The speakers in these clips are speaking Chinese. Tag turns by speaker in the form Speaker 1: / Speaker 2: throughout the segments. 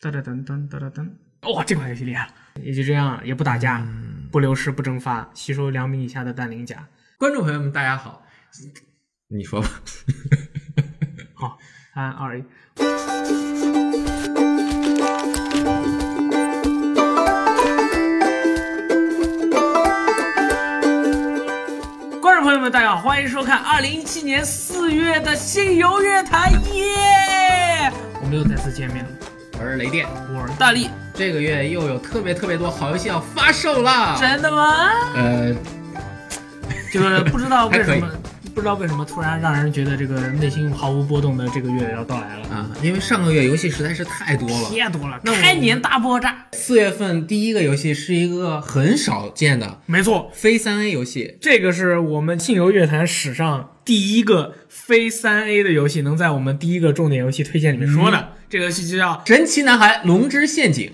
Speaker 1: 哒哒噔噔哒哒噔。
Speaker 2: 哇、哦这款游戏厉害了，嗯也就这样，也不打架，不流失，不蒸发，吸收两米以下的氮磷钾。
Speaker 3: 观众朋友们，大家好，
Speaker 4: 你说吧，
Speaker 2: 好，三二一，观众朋友们，大家好，欢迎收看二零一七年四月的信游乐坛，耶！我们又再次见面了，
Speaker 3: 我是雷电。
Speaker 2: 我是大力，
Speaker 3: 这个月又有特别特别多好游戏要发售了，
Speaker 2: 真的吗？
Speaker 3: 呃，
Speaker 2: 就是不知道为什么
Speaker 3: 还，
Speaker 2: 不知道为什么突然让人觉得这个内心毫无波动的这个月要到来了，
Speaker 3: 啊，因为上个月游戏实在是太多了，
Speaker 2: 太多了，
Speaker 3: 那我
Speaker 2: 开年大爆炸，
Speaker 3: 四月份第一个游戏是一个很少见的
Speaker 2: 没错，
Speaker 3: 非三 A 游戏，
Speaker 2: 这个是我们信游乐坛史上第一个非三 A 的游戏，能在我们第一个重点游戏推荐里面说的。这个游戏就叫
Speaker 3: 《神奇男孩：龙之 陷阱》。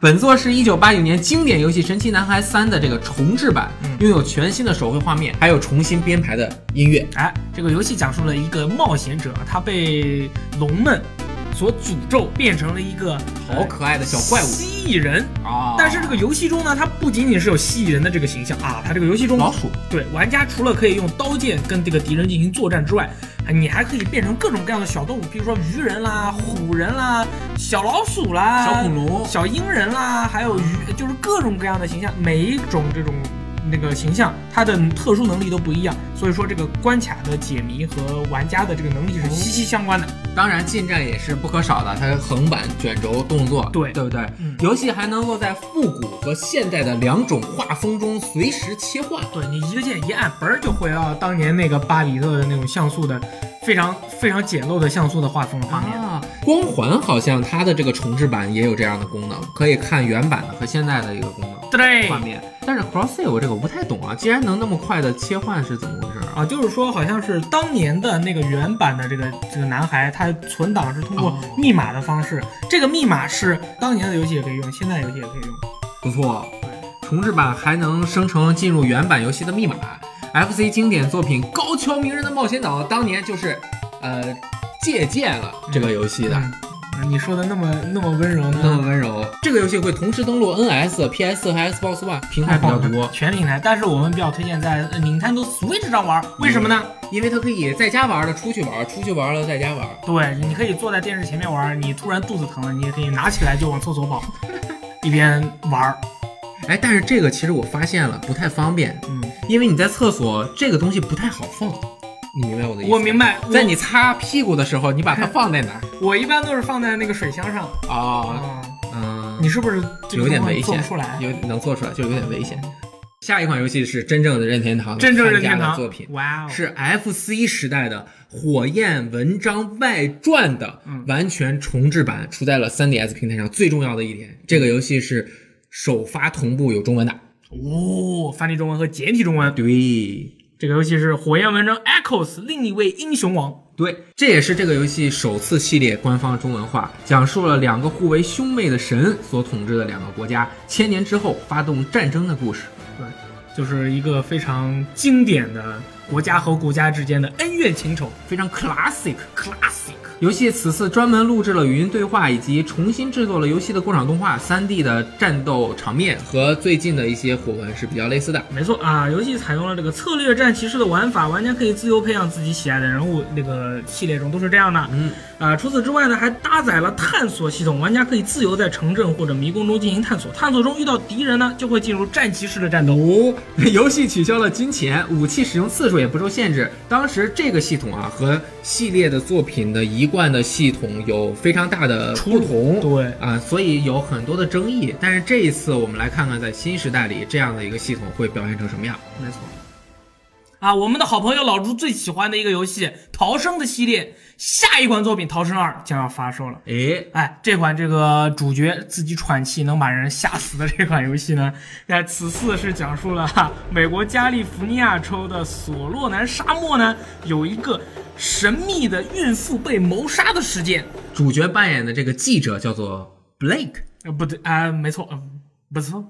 Speaker 3: 本作是一九八九年经典游戏《神奇男孩三》的这个重制版，
Speaker 2: 嗯
Speaker 3: 拥有全新的手绘画面，还有重新编排的音乐。
Speaker 2: 哎，这个游戏讲述了一个冒险者，他被龙们所诅咒，变成了一个
Speaker 3: 好可爱的小怪物
Speaker 2: 蜥蜴人。
Speaker 3: 啊
Speaker 2: 但是这个游戏中呢，它不仅仅是有蜥蜴人的这个形象啊，它这个游戏中
Speaker 3: 老鼠
Speaker 2: 对玩家除了可以用刀剑跟这个敌人进行作战之外，你还可以变成各种各样的小动物，比如说鱼人啦、虎人啦、小老鼠啦、
Speaker 3: 小恐龙
Speaker 2: 小鹰人啦，还有鱼，就是各种各样的形象，每一种这种。那个形象，它的特殊能力都不一样，所以说这个关卡的解谜和玩家的这个能力是息息相关的。
Speaker 3: 当然，近战也是不可少的，它横版、卷轴动作，
Speaker 2: 对
Speaker 3: 对不对、
Speaker 2: 嗯
Speaker 3: 游戏还能够在复古和现代的两种画风中随时切换。
Speaker 2: 对你一个键一按，嘣儿就回到当年那个巴比特的那种像素的，非常非常简陋的像素的画风的画面。
Speaker 3: 啊，光环好像它的这个重置版也有这样的功能，可以看原版的和现在的一个功能
Speaker 2: 对
Speaker 3: 画面。但是 Cross Save 这个我不太懂啊，既然能那么快的切换是怎么回事啊？
Speaker 2: 啊，就是说好像是当年的那个原版的这个这个男孩，他存档是通过
Speaker 3: 哦
Speaker 2: 密码的方式，这个密码是当年的游戏也可以用，现在游戏也可以用。
Speaker 3: 不错，重置版还能生成进入原版游戏的密码。FC 经典作品《高桥名人的冒险岛》当年就是，呃，借鉴了这个游戏的。
Speaker 2: 嗯啊你说的那么那么温柔
Speaker 3: 那么
Speaker 2: 呢？
Speaker 3: 温柔。这个游戏会同时登录 NS、PS 和 Xbox One 平台
Speaker 2: 太
Speaker 3: 比较
Speaker 2: 棒了
Speaker 3: 多，
Speaker 2: 全平台，但是我们比较推荐在呃 Nintendo Switch 上玩，为什么呢？
Speaker 3: 因为它可以在家玩的出去玩，出去玩了在家玩。
Speaker 2: 对，你可以坐在电视前面玩，你突然肚子疼了，你也可以拿起来就往厕所跑，一边玩儿。
Speaker 3: 哎，但是这个其实我发现了不太方便，
Speaker 2: 嗯，
Speaker 3: 因为你在厕所这个东西不太好放。你明白我的意思吗？
Speaker 2: 我明白我
Speaker 3: 在你擦屁股的时候，你把它放在哪儿？
Speaker 2: 我一般都是放在那个水箱上。
Speaker 3: 啊，
Speaker 2: 啊，
Speaker 3: 嗯，
Speaker 2: 你是不是这个
Speaker 3: 有点
Speaker 2: 动作
Speaker 3: 危
Speaker 2: 做
Speaker 3: 险
Speaker 2: 不出来，？
Speaker 3: 有能做出来就有点危险。下一款游戏是真正的任天堂，
Speaker 2: 真正任天
Speaker 3: 参加
Speaker 2: 堂
Speaker 3: 的作品，
Speaker 2: 哇哦，
Speaker 3: 是 FC 时代的《火焰文章外传》的
Speaker 2: 嗯
Speaker 3: 完全重置版，出在了 3DS 平台上。最重要的一点，这个游戏是首发同步有中文的。
Speaker 2: 哦，繁体中文和简体中文。
Speaker 3: 对
Speaker 2: 这个游戏是《火焰文章 Echoes》另一位英雄王。
Speaker 3: 对，这也是这个游戏首次系列官方中文化，讲述了两个互为兄妹的神所统治的两个国家千年之后发动战争的故事。
Speaker 2: 对，就是一个非常经典的国家和国家之间的恩怨情仇，
Speaker 3: 非常 classic。
Speaker 2: classic。
Speaker 3: 游戏此次专门录制了语音对话，以及重新制作了游戏的过场动画、3 D 的战斗场面，和最近的一些火纹是比较类似的。
Speaker 2: 没错啊，游戏采用了这个策略战骑士的玩法，玩家可以自由培养自己喜爱的人物。那个系列中都是这样的。
Speaker 3: 嗯，
Speaker 2: 啊，除此之外呢，还搭载了探索系统，玩家可以自由在城镇或者迷宫中进行探索。探索中遇到敌人呢，就会进入战骑士的战斗。
Speaker 3: 哦，游戏取消了金钱，武器使用次数也不受限制。当时这个系统啊，和系列的作品的一贯的系统有非常大的不同。
Speaker 2: 对
Speaker 3: 啊，所以有很多的争议。但是这一次，我们来看看在新时代里这样的一个系统会表现成什么样。
Speaker 2: 没错。啊，我们的好朋友老朱最喜欢的一个游戏《逃生》的系列，下一款作品《逃生二》将要发售了。
Speaker 3: 诶，
Speaker 2: 哎，这款这个主角自己喘气能把人吓死的这款游戏呢， 在此次是讲述了哈美国加利福尼亚州的索洛南沙漠呢，有一个神秘的孕妇被谋杀的事件。
Speaker 3: 主角扮演的这个记者叫做 Blake。
Speaker 2: 呃呃，不对，啊、没错，呃不错，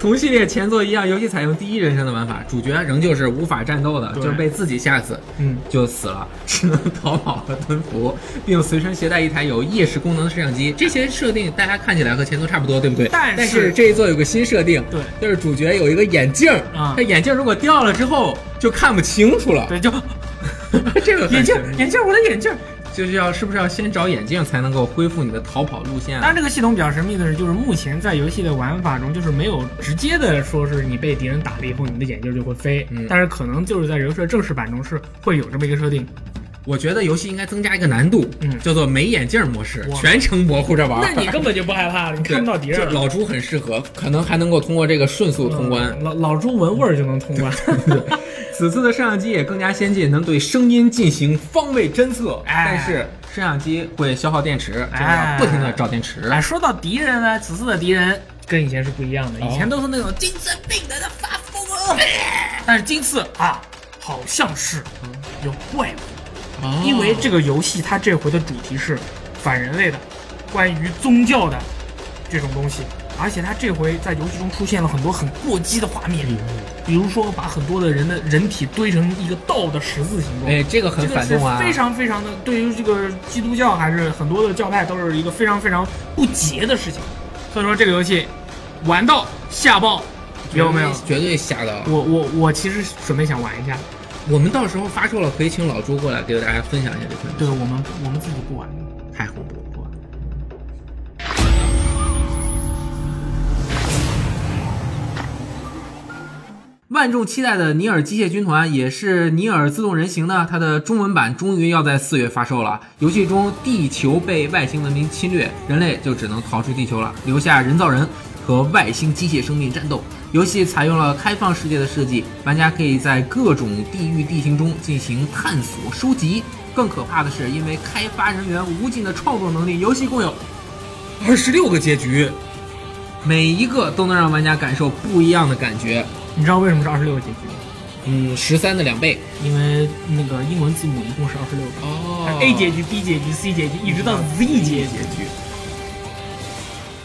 Speaker 3: 同系列前作一样，游戏采用第一人称的玩法，主角仍旧是无法战斗的，
Speaker 2: 对
Speaker 3: 就是被自己吓死
Speaker 2: 嗯，
Speaker 3: 就死了，只能逃跑和蹲伏，并随身携带一台有夜视功能的摄像机。这些设定大家看起来和前作差不多，对不对？
Speaker 2: 但是
Speaker 3: 但是这一座有个新设定，
Speaker 2: 对
Speaker 3: 就是主角有一个眼镜，
Speaker 2: 啊
Speaker 3: 他眼镜如果掉了之后就看不清楚了。
Speaker 2: 对，就
Speaker 3: 这个很
Speaker 2: 眼镜
Speaker 3: 神秘
Speaker 2: 眼镜，我的眼镜。
Speaker 3: 就是要是不是要先找眼镜才能够恢复你的逃跑路线
Speaker 2: 当
Speaker 3: 啊？
Speaker 2: 然，这个系统比较神秘的是，就是目前在游戏的玩法中，就是没有直接的说是你被敌人打了以后，你的眼镜就会飞。
Speaker 3: 嗯
Speaker 2: 但是可能就是在人设正式版中是会有这么一个设定。
Speaker 3: 我觉得游戏应该增加一个难度，
Speaker 2: 嗯
Speaker 3: 叫做没眼镜模式，
Speaker 2: 哇
Speaker 3: 全程模糊着玩。
Speaker 2: 那你根本就不害怕了，你
Speaker 3: 对
Speaker 2: 看不到敌人
Speaker 3: 就
Speaker 2: 了。
Speaker 3: 老朱很适合，可能还能够通过这个迅速通关。
Speaker 2: 嗯老老朱闻味儿就能通关。嗯
Speaker 3: 此次的摄像机也更加先进，能对声音进行方位侦测，
Speaker 2: 哎
Speaker 3: 但是摄像机会消耗电池，就是
Speaker 2: 哎
Speaker 3: 要不停的找电池。
Speaker 2: 哎，说到敌人呢，此次的敌人跟以前是不一样的，
Speaker 3: 哦
Speaker 2: 以前都是那种精神病人的发疯啊，
Speaker 3: 哦
Speaker 2: 但是今次啊，好像是
Speaker 3: 嗯
Speaker 2: 有怪物，
Speaker 3: 哦
Speaker 2: 因为这个游戏它这回的主题是反人类的，关于宗教的这种东西，而且它这回在游戏中出现了很多很过激的画面，比如说把很多的人的人体堆成一个倒的十字形状，
Speaker 3: 哎，这个
Speaker 2: 这
Speaker 3: 很
Speaker 2: 个
Speaker 3: 反
Speaker 2: 是
Speaker 3: 动啊，
Speaker 2: 非常非常的，对于这个基督教还是很多的教派都是一个非常非常不洁的事情。所以说这个游戏玩到吓爆，有没有？
Speaker 3: 绝对吓到。
Speaker 2: 我我我其实准备想玩一下，
Speaker 3: 我们到时候发售了，可以请老朱过来给大家分享一下这款游戏。
Speaker 2: 对我们我们自己不玩。
Speaker 3: 太恐怖了！万众期待的《尼尔：机械军团》也是《尼尔：自动人形》呢，它的中文版终于要在四月发售了。游戏中，地球被外星文明侵略，人类就只能逃出地球了，留下人造人和外星机械生命战斗。游戏采用了开放世界的设计，玩家可以在各种地域地形中进行探索、收集。更可怕的是，因为开发人员无尽的创作能力，游戏共有二十六个结局，每一个都能让玩家感受不一样的感觉。
Speaker 2: 你知道为什么是二十六个结局吗？
Speaker 3: 嗯，十三的两倍
Speaker 2: 因为那个英文字母一共是二十六个。
Speaker 3: 哦嗯
Speaker 2: A 结局、B 结局、C 结局，一直到 Z 结局。
Speaker 3: 局。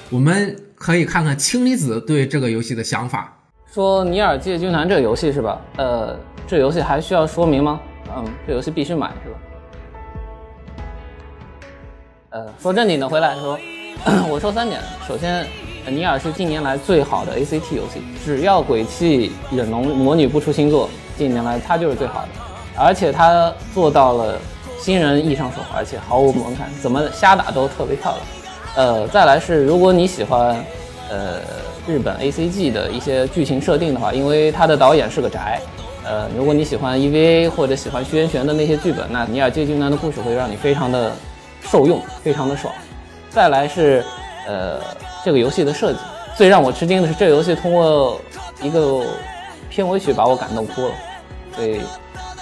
Speaker 3: 我们可以看看氢离子对这个游戏的想法。
Speaker 1: 说《尼尔：机械军团》这个游戏是吧？呃，这个游戏还需要说明吗？嗯，这游戏必须买是吧？呃，说正经的，回来说， 我说三点。首先，呃尼尔是近年来最好的 ACT 游戏，只要鬼泣、忍龙、魔女不出新作，近年来它就是最好的，而且它做到了新人易上手，而且毫无门槛，怎么瞎打都特别漂亮。呃，再来是，如果你喜欢，呃，日本 A C G 的一些剧情设定的话，因为它的导演是个宅，呃，如果你喜欢 E V A 或者喜欢虚渊玄的那些剧本，那《尼尔：机械军团》的故事会让你非常的受用，非常的爽。再来是，呃，这个游戏的设计。最让我吃惊的是，这个游戏通过一个片尾曲把我感动哭了，所以，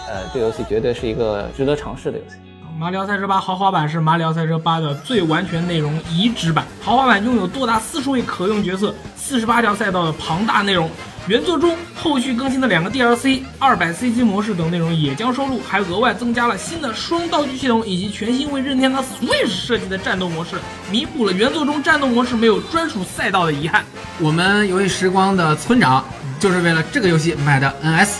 Speaker 1: 呃，这个游戏绝对是一个值得尝试的游戏。
Speaker 2: 《马里奥赛车八豪华版》是《马里奥赛车八》的最完全内容移植版，豪华版拥有多达四十位可用角色、四十八条赛道的庞大内容。原作中后续更新的两个 DLC、二百 CG 模式等内容也将收录，还额外增加了新的双道具系统以及全新为任天堂 Switch 设计的战斗模式，弥补了原作中战斗模式没有专属赛道的遗憾。
Speaker 3: 我们游戏时光的村长就是为了这个游戏买的 NS，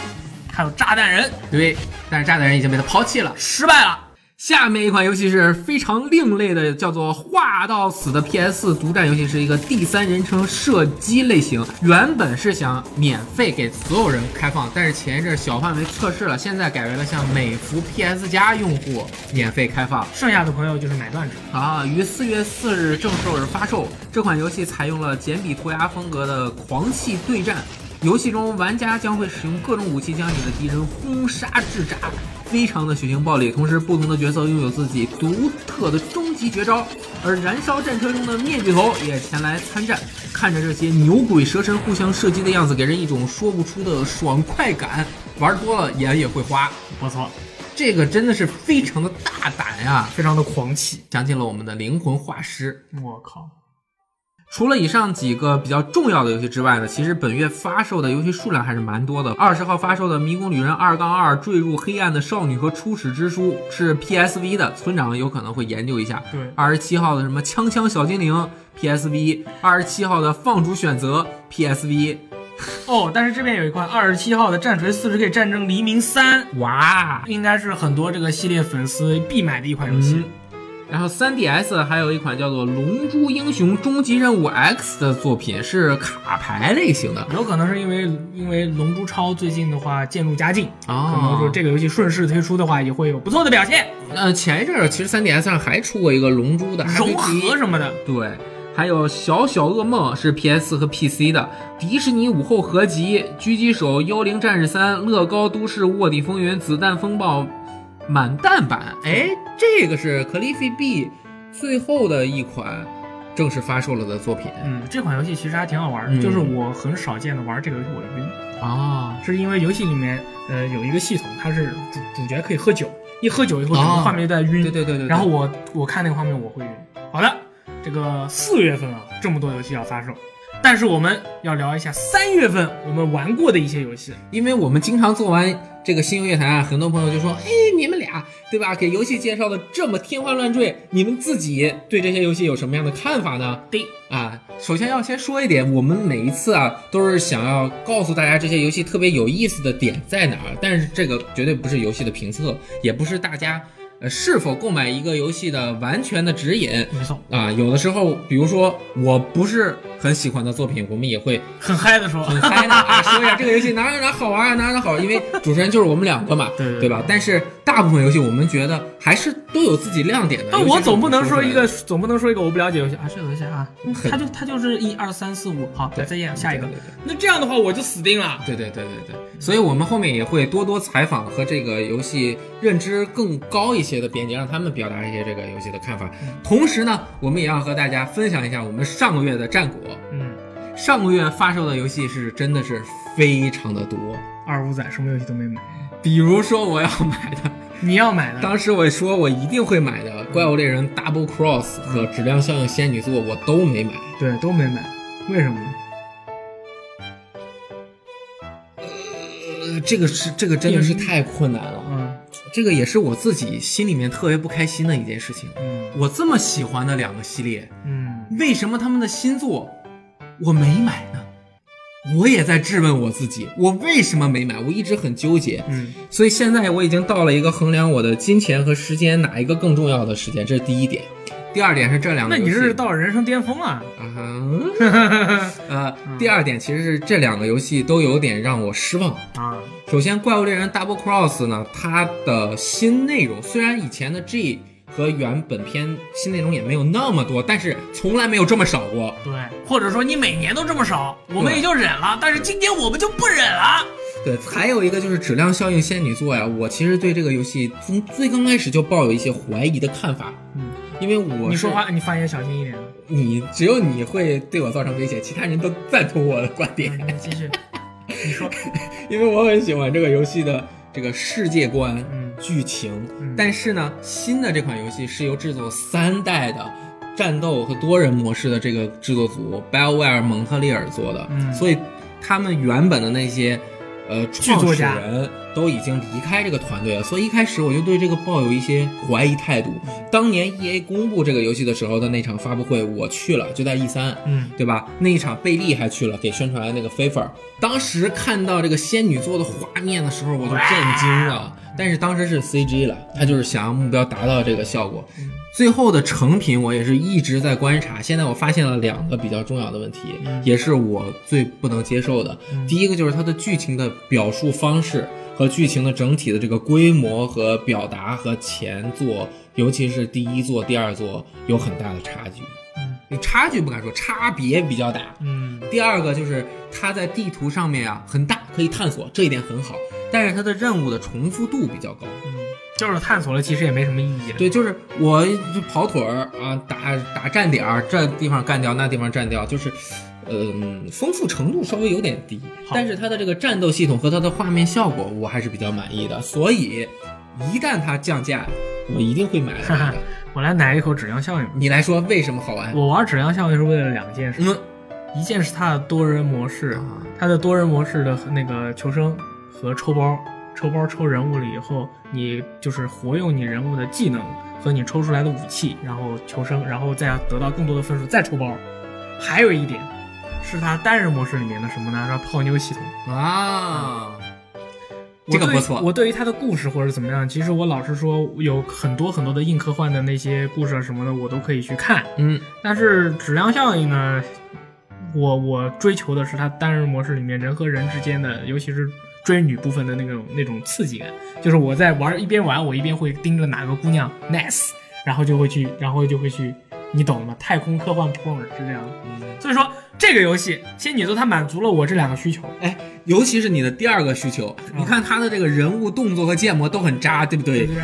Speaker 2: 还有炸弹人
Speaker 3: 对，但是炸弹人已经被他抛弃了。
Speaker 2: 失败了，
Speaker 3: 下面一款游戏是非常另类的，叫做《画到死》的 PS 独占游戏，是一个第三人称射击类型。原本是想免费给所有人开放，但是前一阵小范围测试了，现在改为了向美服 PS 加用户免费开放。
Speaker 2: 剩下的朋友就是买断制。
Speaker 3: 啊，于四月四日正式发售。这款游戏采用了简笔涂鸦风格的狂气对战，游戏中玩家将会使用各种武器将你的敌人轰杀至渣，非常的血腥暴力。同时，不同的角色拥有自己独特的终极绝招，而燃烧战车中的面具头也前来参战。看着这些牛鬼蛇神互相射击的样子，给人一种说不出的爽快感。玩多了眼也会花，
Speaker 2: 不错，
Speaker 3: 这个真的是非常的大胆呀、
Speaker 2: 非常的狂气。
Speaker 3: 想起了我们的灵魂画师。
Speaker 2: 我靠，
Speaker 3: 除了以上几个比较重要的游戏之外呢，其实本月发售的游戏数量还是蛮多的。二十号发售的《迷宫旅人二杠二：坠入黑暗的少女和初始之书》是 PSV 的，村长有可能会研究一下。
Speaker 2: 对
Speaker 3: 二十七号的什么《锵锵小精灵》 PSV，二十七号的放逐选择 PSV。
Speaker 2: 哦，但是这边有一款二十七号的战锤四十 K 战争黎明三，
Speaker 3: 哇，
Speaker 2: 应该是很多这个系列粉丝必买的一款游戏。
Speaker 3: 嗯，然后 3DS 还有一款叫做《龙珠英雄终极任务 X》的作品，是卡牌类型的
Speaker 2: 有可能是因为因为《龙珠超》最近的话渐入佳境，可能就
Speaker 3: 哦。
Speaker 2: 这个游戏顺势推出的话，也会有不错的表现，
Speaker 3: 呃，前一阵儿其实 3DS 上还出过一个龙珠的
Speaker 2: 融
Speaker 3: RPG
Speaker 2: 合什么的。
Speaker 3: 对，还有《小小噩梦》是 PS 和 PC 的，《迪士尼午后合集》《狙击手》《幽灵战士三》《乐高都市卧底风云》《子弹风暴》满弹版。哎，这个是 Cliffy B 最后的一款正式发售了的作品
Speaker 2: 嗯，这款游戏其实还挺好玩的，
Speaker 3: 嗯
Speaker 2: 就是我很少见的玩这个游戏我就晕，
Speaker 3: 啊。
Speaker 2: 是因为游戏里面呃有一个系统，它是主主角可以喝酒，一喝酒以后整个
Speaker 3: 啊
Speaker 2: 画面就在晕。
Speaker 3: 对对对对，
Speaker 2: 然后我我看那个画面我会晕。好的，这个四月份啊，这么多游戏要发售，但是我们要聊一下三月份我们玩过的一些游戏。
Speaker 3: 因为我们经常做完这个新游乐坛啊，很多朋友就说：“哎，你们俩对吧？给游戏介绍的这么天花乱坠，你们自己对这些游戏有什么样的看法呢
Speaker 2: 对，？”
Speaker 3: 啊，首先要先说一点，我们每一次啊都是想要告诉大家这些游戏特别有意思的点在哪儿，但是这个绝对不是游戏的评测，也不是大家呃是否购买一个游戏的完全的指引。
Speaker 2: 没错，
Speaker 3: 啊，有的时候，比如说我不是很喜欢的作品，我们也会
Speaker 2: 很嗨的时候，
Speaker 3: 很嗨的啊，说一下这个游戏哪儿哪儿好玩啊，哪儿哪儿好，因为主持人就是我们两个嘛，
Speaker 2: 对对
Speaker 3: 对吧？但是大部分游戏我们觉得还是都有自己亮点的。
Speaker 2: 但
Speaker 3: 尤其
Speaker 2: 我
Speaker 3: 是
Speaker 2: 总不能
Speaker 3: 们
Speaker 2: 说一
Speaker 3: 出来
Speaker 2: 个，
Speaker 3: 的
Speaker 2: 总不能说一个我不了解游戏啊，这个游戏啊，嗯它就它就是一二三四五，好，
Speaker 3: 对
Speaker 2: 再见，下一个
Speaker 3: 对对。
Speaker 2: 那这样的话我就死定了。
Speaker 3: 对对对对对对，所以我们后面也会多多采访和这个游戏认知更高一些的编辑，让他们表达一些这个游戏的看法。
Speaker 2: 嗯
Speaker 3: 同时呢，我们也要和大家分享一下我们上个月的战果。
Speaker 2: 嗯，
Speaker 3: 上个月发售的游戏是真的是非常的多，
Speaker 2: 二五仔什么游戏都没买，
Speaker 3: 比如说我要买的
Speaker 2: 你要买的，
Speaker 3: 当时我说我一定会买的《怪物猎人 Double Cross》和《质量效应仙女座》，我都没买。
Speaker 2: 对，都没买，为什么呢？
Speaker 3: 呃，这个是这个真的是太困难了，
Speaker 2: 嗯
Speaker 3: 这个也是我自己心里面特别不开心的一件事情。
Speaker 2: 嗯
Speaker 3: 我这么喜欢的两个系列，
Speaker 2: 嗯，
Speaker 3: 为什么他们的新作我没买呢？我也在质问我自己，我为什么没买？我一直很纠结。
Speaker 2: 嗯，
Speaker 3: 所以现在我已经到了一个衡量我的金钱和时间哪一个更重要的时间，这是第一点。第二点是这两个
Speaker 2: 那
Speaker 3: 游戏，
Speaker 2: 你这是到了人生巅峰啊！
Speaker 3: 啊哈，呃，
Speaker 2: 嗯
Speaker 3: 第二点其实是这两个游戏都有点让我失望。
Speaker 2: 啊，
Speaker 3: 首先，《怪物猎人 Double Cross》呢，它的新内容虽然以前的 G 和原本片新内容也没有那么多，但是从来没有这么少过。
Speaker 2: 对，或者说你每年都这么少，我们
Speaker 3: 对
Speaker 2: 也就忍了，但是今年我们就不忍了。
Speaker 3: 对，还有一个就是《质量效应仙女座》呀，我其实对这个游戏从最刚开始就抱有一些怀疑的看法。
Speaker 2: 嗯，
Speaker 3: 因为我
Speaker 2: 你
Speaker 3: 是
Speaker 2: 说，话你发言小心一点，
Speaker 3: 你只有你会对我造成威胁，其他人都赞同我的观点。
Speaker 2: 嗯你继 续，你说，
Speaker 3: 因为我很喜欢这个游戏的这个世界观、
Speaker 2: 嗯
Speaker 3: 剧情，
Speaker 2: 嗯
Speaker 3: 但是呢，新的这款游戏是由制作三代的战斗和多人模式的这个制作组 BioWare 蒙特利尔做的，
Speaker 2: 嗯
Speaker 3: 所以他们原本的那些呃创
Speaker 2: 作
Speaker 3: 始
Speaker 2: 家
Speaker 3: 人都已经离开这个团队了，所以一开始我就对这个抱有一些怀疑态度。
Speaker 2: 嗯
Speaker 3: 当年 EA 公布这个游戏的时候的那场发布会，我去了，就在 E 三，
Speaker 2: 嗯，
Speaker 3: 对吧？那一场贝利还去了，给宣传那个 FIFA。当时看到这个仙女座的画面的时候，我就震惊了。但是当时是 CG 了，他就是想要目标达到这个效果。最后的成品我也是一直在观察。现在我发现了两个比较重要的问题，也是我最不能接受的。第一个就是它的剧情的表述方式和剧情的整体的这个规模和表达和前作，尤其是第一作、第二作有很大的差距。你差距不敢说，差别比较大。
Speaker 2: 嗯
Speaker 3: 第二个就是它在地图上面啊很大，可以探索，这一点很好，但是它的任务的重复度比较高。
Speaker 2: 嗯，就是探索了，其实也没什么意义了。
Speaker 3: 对，就是我就跑腿儿啊，打打站点儿，这地方干掉，那地方干掉，就是，嗯，丰富程度稍微有点低，但是它的这个战斗系统和它的画面效果，我还是比较满意的。所以一旦它降价，我一定会买
Speaker 2: 哈哈
Speaker 3: 来的。
Speaker 2: 我来奶一口质量效应。
Speaker 3: 你来说为什么好玩？
Speaker 2: 我玩质量效应是为了两件事，
Speaker 3: 嗯，
Speaker 2: 一件是它的多人模式
Speaker 3: 啊，
Speaker 2: 它的多人模式的那个求生和抽包抽包抽人物了以后，你就是活用你人物的技能和你抽出来的武器，然后求生，然后再得到更多的分数再抽包。还有一点是它单人模式里面的什么呢？叫泡妞系统。
Speaker 3: 啊，
Speaker 2: 我
Speaker 3: 这个
Speaker 2: 对
Speaker 3: 不错
Speaker 2: 我对于他的故事或者怎么样，其实我老实说，有很多很多的硬科幻的那些故事啊什么的，我都可以去看。
Speaker 3: 嗯，
Speaker 2: 但是质量效应呢，我我追求的是它单人模式里面人和人之间的，尤其是追女部分的那种那种刺激感，就是我在玩一边玩，我一边会盯着哪个姑娘 nice，然后就会去，然后就会去，你懂的吗？太空科幻 porn 是这样的，
Speaker 3: 嗯
Speaker 2: 所以说这个游戏《仙女座》它满足了我这两个需求，
Speaker 3: 哎，尤其是你的第二个需求，你看他的这个人物动作和建模都很渣，对不对？
Speaker 2: 就是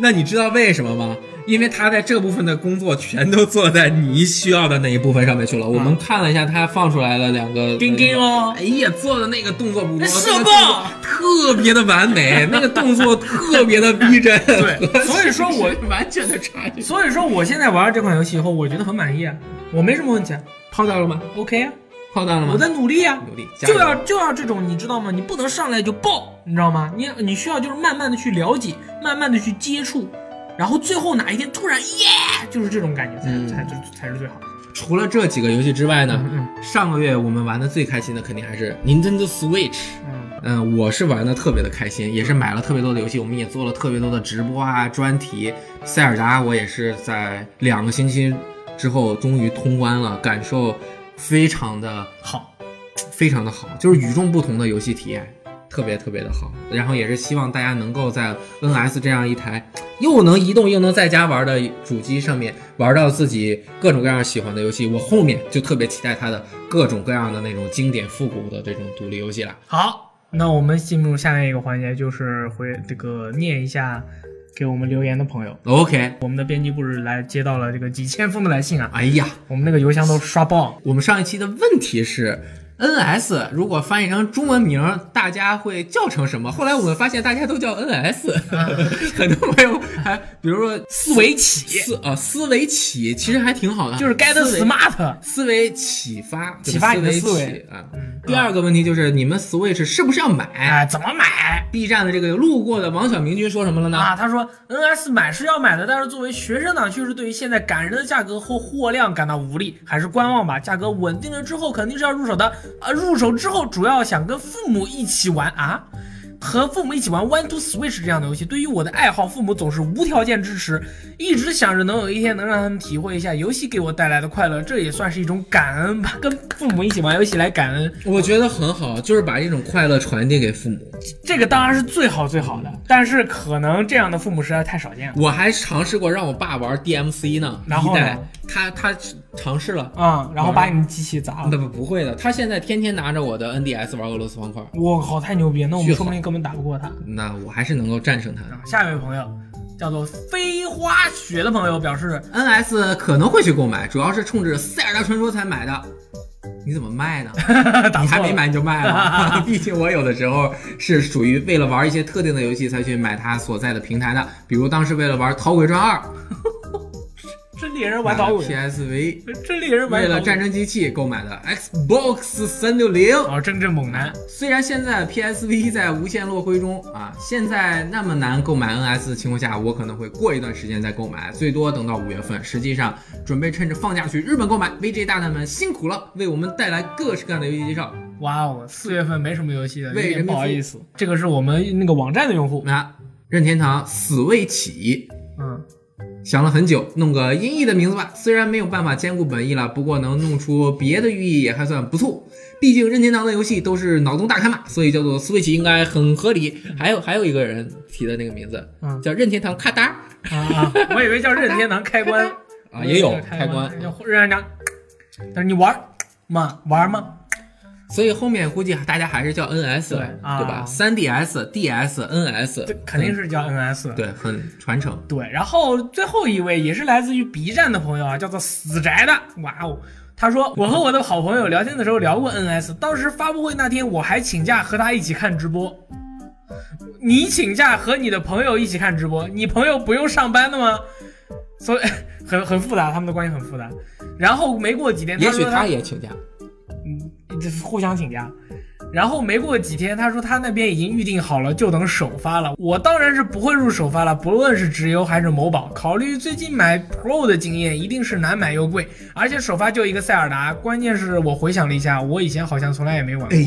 Speaker 3: 那你知道为什么吗？因为他在这部分的工作全都做在你需要的那一部分上面去了。我们看了一下他放出来的两个
Speaker 2: 丁丁哦
Speaker 3: 哎呀，做的那个动作捕捉，
Speaker 2: 射
Speaker 3: 那个动
Speaker 2: 爆
Speaker 3: 作特别的完美， 那个动作特别的逼真。
Speaker 2: 对所以说我
Speaker 3: 完全的差距。
Speaker 2: 所以说我现在玩了这款游戏以后，我觉得很满意啊，我没什么问题啊
Speaker 3: 泡到了吗？
Speaker 2: ，OK 啊，
Speaker 3: 泡到了吗？
Speaker 2: 我在努力啊，
Speaker 3: 努力，加
Speaker 2: 就
Speaker 3: 油
Speaker 2: 要就要这种，你知道吗？你不能上来就爆，你知道吗？你你需要就是慢慢的去了解，慢慢的去接触，然后最后哪一天突然耶，就是这种感觉才、
Speaker 3: 嗯
Speaker 2: 才才才是最好的。
Speaker 3: 除了这几个游戏之外呢，
Speaker 2: 嗯
Speaker 3: 上个月我们玩的最开心的肯定还是 Nintendo Switch。
Speaker 2: 嗯
Speaker 3: 嗯，我是玩的特别的开心，也是买了特别多的游戏，我们也做了特别多的直播啊、专题。塞尔达我也是在两个星期之后终于通关了，感受非常的
Speaker 2: 好，
Speaker 3: 非常的好，就是与众不同的游戏体验，特别特别的好。然后也是希望大家能够在 NS 这样一台又能移动又能在家玩的主机上面玩到自己各种各样喜欢的游戏。我后面就特别期待它的各种各样的那种经典复古的这种独立游戏了。
Speaker 2: 好，那我们进入下面一个环节，就是回这个念一下给我们留言的朋友。
Speaker 3: OK，
Speaker 2: 我们的编辑部是来接到了这个几千封的来信啊，
Speaker 3: 哎呀，
Speaker 2: 我们那个邮箱都刷爆了。
Speaker 3: 我们上一期的问题是。NS 如果翻译成中文名儿，大家会叫成什么？后来我们发现大家都 叫 NS，很多朋友还比如说
Speaker 2: 思维起
Speaker 3: 思啊思维起其实还挺好的，
Speaker 2: 就是 get
Speaker 3: 思维
Speaker 2: smart，
Speaker 3: 思维启发，
Speaker 2: 启
Speaker 3: 对吧
Speaker 2: 发你的思维嗯
Speaker 3: 起啊。第二个问题就是你们 Switch 是不是要买
Speaker 2: 哎，怎么买？
Speaker 3: ？B 站的这个路过的王小明君说什么了呢？
Speaker 2: 啊，他说 NS 买是要买的，但是作为学生党，确实对于现在感人的价格或货量感到无力，还是观望吧。价格稳定了之后，肯定是要入手的。啊，入手之后主要想跟父母一起玩啊。和父母一起玩《One to Switch》这样的游戏，对于我的爱好，父母总是无条件支持。一直想着能有一天能让他们体会一下游戏给我带来的快乐，这也算是一种感恩吧。跟父母一起玩游戏来感恩，
Speaker 3: 我觉得很好，就是把这种快乐传递给父母。
Speaker 2: 这个当然是最好最好的。但是可能这样的父母实在太少见了
Speaker 3: 我还尝试过让我爸玩 DMC 呢，
Speaker 2: 然后
Speaker 3: 一
Speaker 2: 呢
Speaker 3: 代他他尝试了，
Speaker 2: 啊、然后把你的机器砸了
Speaker 3: 嗯那。不不会的，他现在天天拿着我的 NDS 玩俄罗斯方块，
Speaker 2: 我靠，太牛逼了！那我们
Speaker 3: 巨
Speaker 2: 说不
Speaker 3: 好
Speaker 2: 定根本打不过他。
Speaker 3: 那我还是能够战胜他的。
Speaker 2: 下一位朋友叫做飞花雪的朋友表示，
Speaker 3: NS 可能会去购买，主要是冲着《塞尔达传说》才买的。你怎么卖呢？
Speaker 2: 打错
Speaker 3: 你还
Speaker 2: 了
Speaker 3: 没买你就卖了？毕竟我有的时候是属于为了玩一些特定的游戏才去买它所在的平台的，比如当时为了玩《逃鬼传二》
Speaker 2: 真猎人
Speaker 3: 买
Speaker 2: 玩
Speaker 3: 了
Speaker 2: 导轨，
Speaker 3: ，PSV，
Speaker 2: 真猎人玩
Speaker 3: 哎为
Speaker 2: 导
Speaker 3: 了
Speaker 2: 轨
Speaker 3: 战争机器购买的 Xbox 三六零。
Speaker 2: 哦，真正猛男，
Speaker 3: 虽然现在 PSV 在无限落灰中啊，现在那么难购买 NS 的情况下，我可能会过一段时间再购买，最多等到五月份。实际上，准备趁着放假去日本购买。VJ 大大们辛苦了，为我们带来各式各样的游戏介绍。
Speaker 2: 哇哦，四月份没什么游戏的，有
Speaker 3: 为人
Speaker 2: 点
Speaker 3: 民
Speaker 2: 不好
Speaker 3: 服务
Speaker 2: 意思。这个是我们那个网站的用户，
Speaker 3: 那任天堂死未起，
Speaker 2: 嗯，
Speaker 3: 想了很久，弄个音译的名字吧。虽然没有办法兼顾本意了，不过能弄出别的寓意也还算不错。毕竟任天堂的游戏都是脑洞大开嘛，所以叫做 Switch 应该很合理。还有还有一个人提的那个名字，
Speaker 2: 嗯
Speaker 3: 叫任天堂咔哒
Speaker 2: 啊啊，我以为叫任天堂开关
Speaker 3: 啊，也有
Speaker 2: 开
Speaker 3: 开关。
Speaker 2: 叫任天堂。但是你玩儿吗？玩儿吗？
Speaker 3: 所以后面估计大家还是叫 NS
Speaker 2: 对啊
Speaker 3: 对吧？3 DS、DS、NS，
Speaker 2: 这肯定是叫 NS。
Speaker 3: 嗯对，很传承。
Speaker 2: 对，然后最后一位也是来自于 B 站的朋友啊，叫做死宅的，哇哦。他说：“我和我的好朋友聊天的时候聊过 NS，当时发布会那天我还请假和他一起看直播。你请假和你的朋友一起看直播，你朋友不用上班的吗？所以 很很复杂，他们的关系很复杂。然后没过几天，
Speaker 3: 也许
Speaker 2: 说他
Speaker 3: 他也请假，
Speaker 2: 嗯，这互相请假。然后没过几天，他说他那边已经预定好了，就等首发了。我当然是不会入首发了，不论是直邮还是某宝。考虑最近买 Pro 的经验，一定是难买又贵，而且首发就一个塞尔达。关键是我回想了一下，我以前好像从来也没玩过。
Speaker 3: 哎，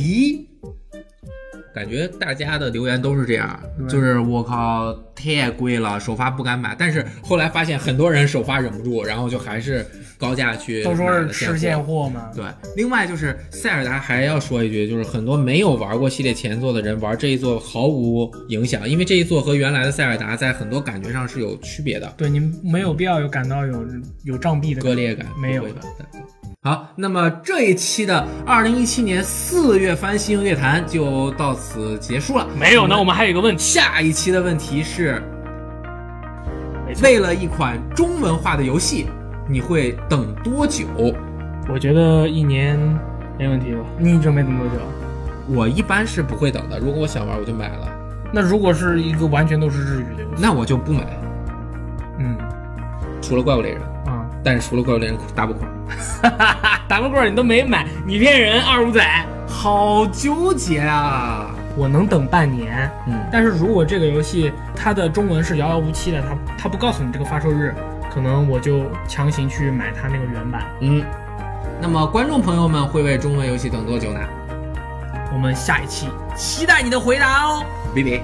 Speaker 3: 感觉大家的留言都是这样，
Speaker 2: 对
Speaker 3: 就是我靠，太贵了，首发不敢买。但是后来发现很多人首发忍不住，然后就还是高价去
Speaker 2: 都说
Speaker 3: 买
Speaker 2: 是
Speaker 3: 了
Speaker 2: 吃
Speaker 3: 现
Speaker 2: 现
Speaker 3: 货。
Speaker 2: 货嘛，
Speaker 3: 对，另外就是塞尔达还要说一句，就是很多没有玩过系列前作的人玩这一座毫无影响，因为这一座和原来的塞尔达在很多感觉上是有区别的，
Speaker 2: 对，你没有必要有感到有有障壁的
Speaker 3: 割裂感
Speaker 2: 没有
Speaker 3: 不会吧？对好，那么这一期的二零一七年四月番星乐坛就到此结束了。
Speaker 5: 没有呢，我们还有一个问题，
Speaker 3: 下一期的问题是
Speaker 5: 没，错
Speaker 3: 为了一款中文化的游戏，你会等多久？
Speaker 2: 我觉得一年，
Speaker 5: 没问题吧？
Speaker 2: 你准备等多久？
Speaker 3: 我一般是不会等的，如果我想玩我就买了，
Speaker 2: 那如果是一个完全都是日语的游戏，
Speaker 3: 那我就不买，
Speaker 2: 嗯
Speaker 3: 除了怪物猎人。
Speaker 2: 啊，
Speaker 3: 但是除了怪物猎人打不垮，
Speaker 5: 打个棍儿你都没买，你骗人，二五仔。
Speaker 3: 好纠结啊！
Speaker 2: 我能等半年。
Speaker 3: 嗯，
Speaker 2: 但是如果这个游戏它的中文是遥遥无期的，它它不告诉你这个发售日，可能我就强行去买它那个原版。
Speaker 3: 嗯，那么观众朋友们会为中文游戏等多久呢？
Speaker 2: 我们下一期期待你的回答哦。
Speaker 3: 比比。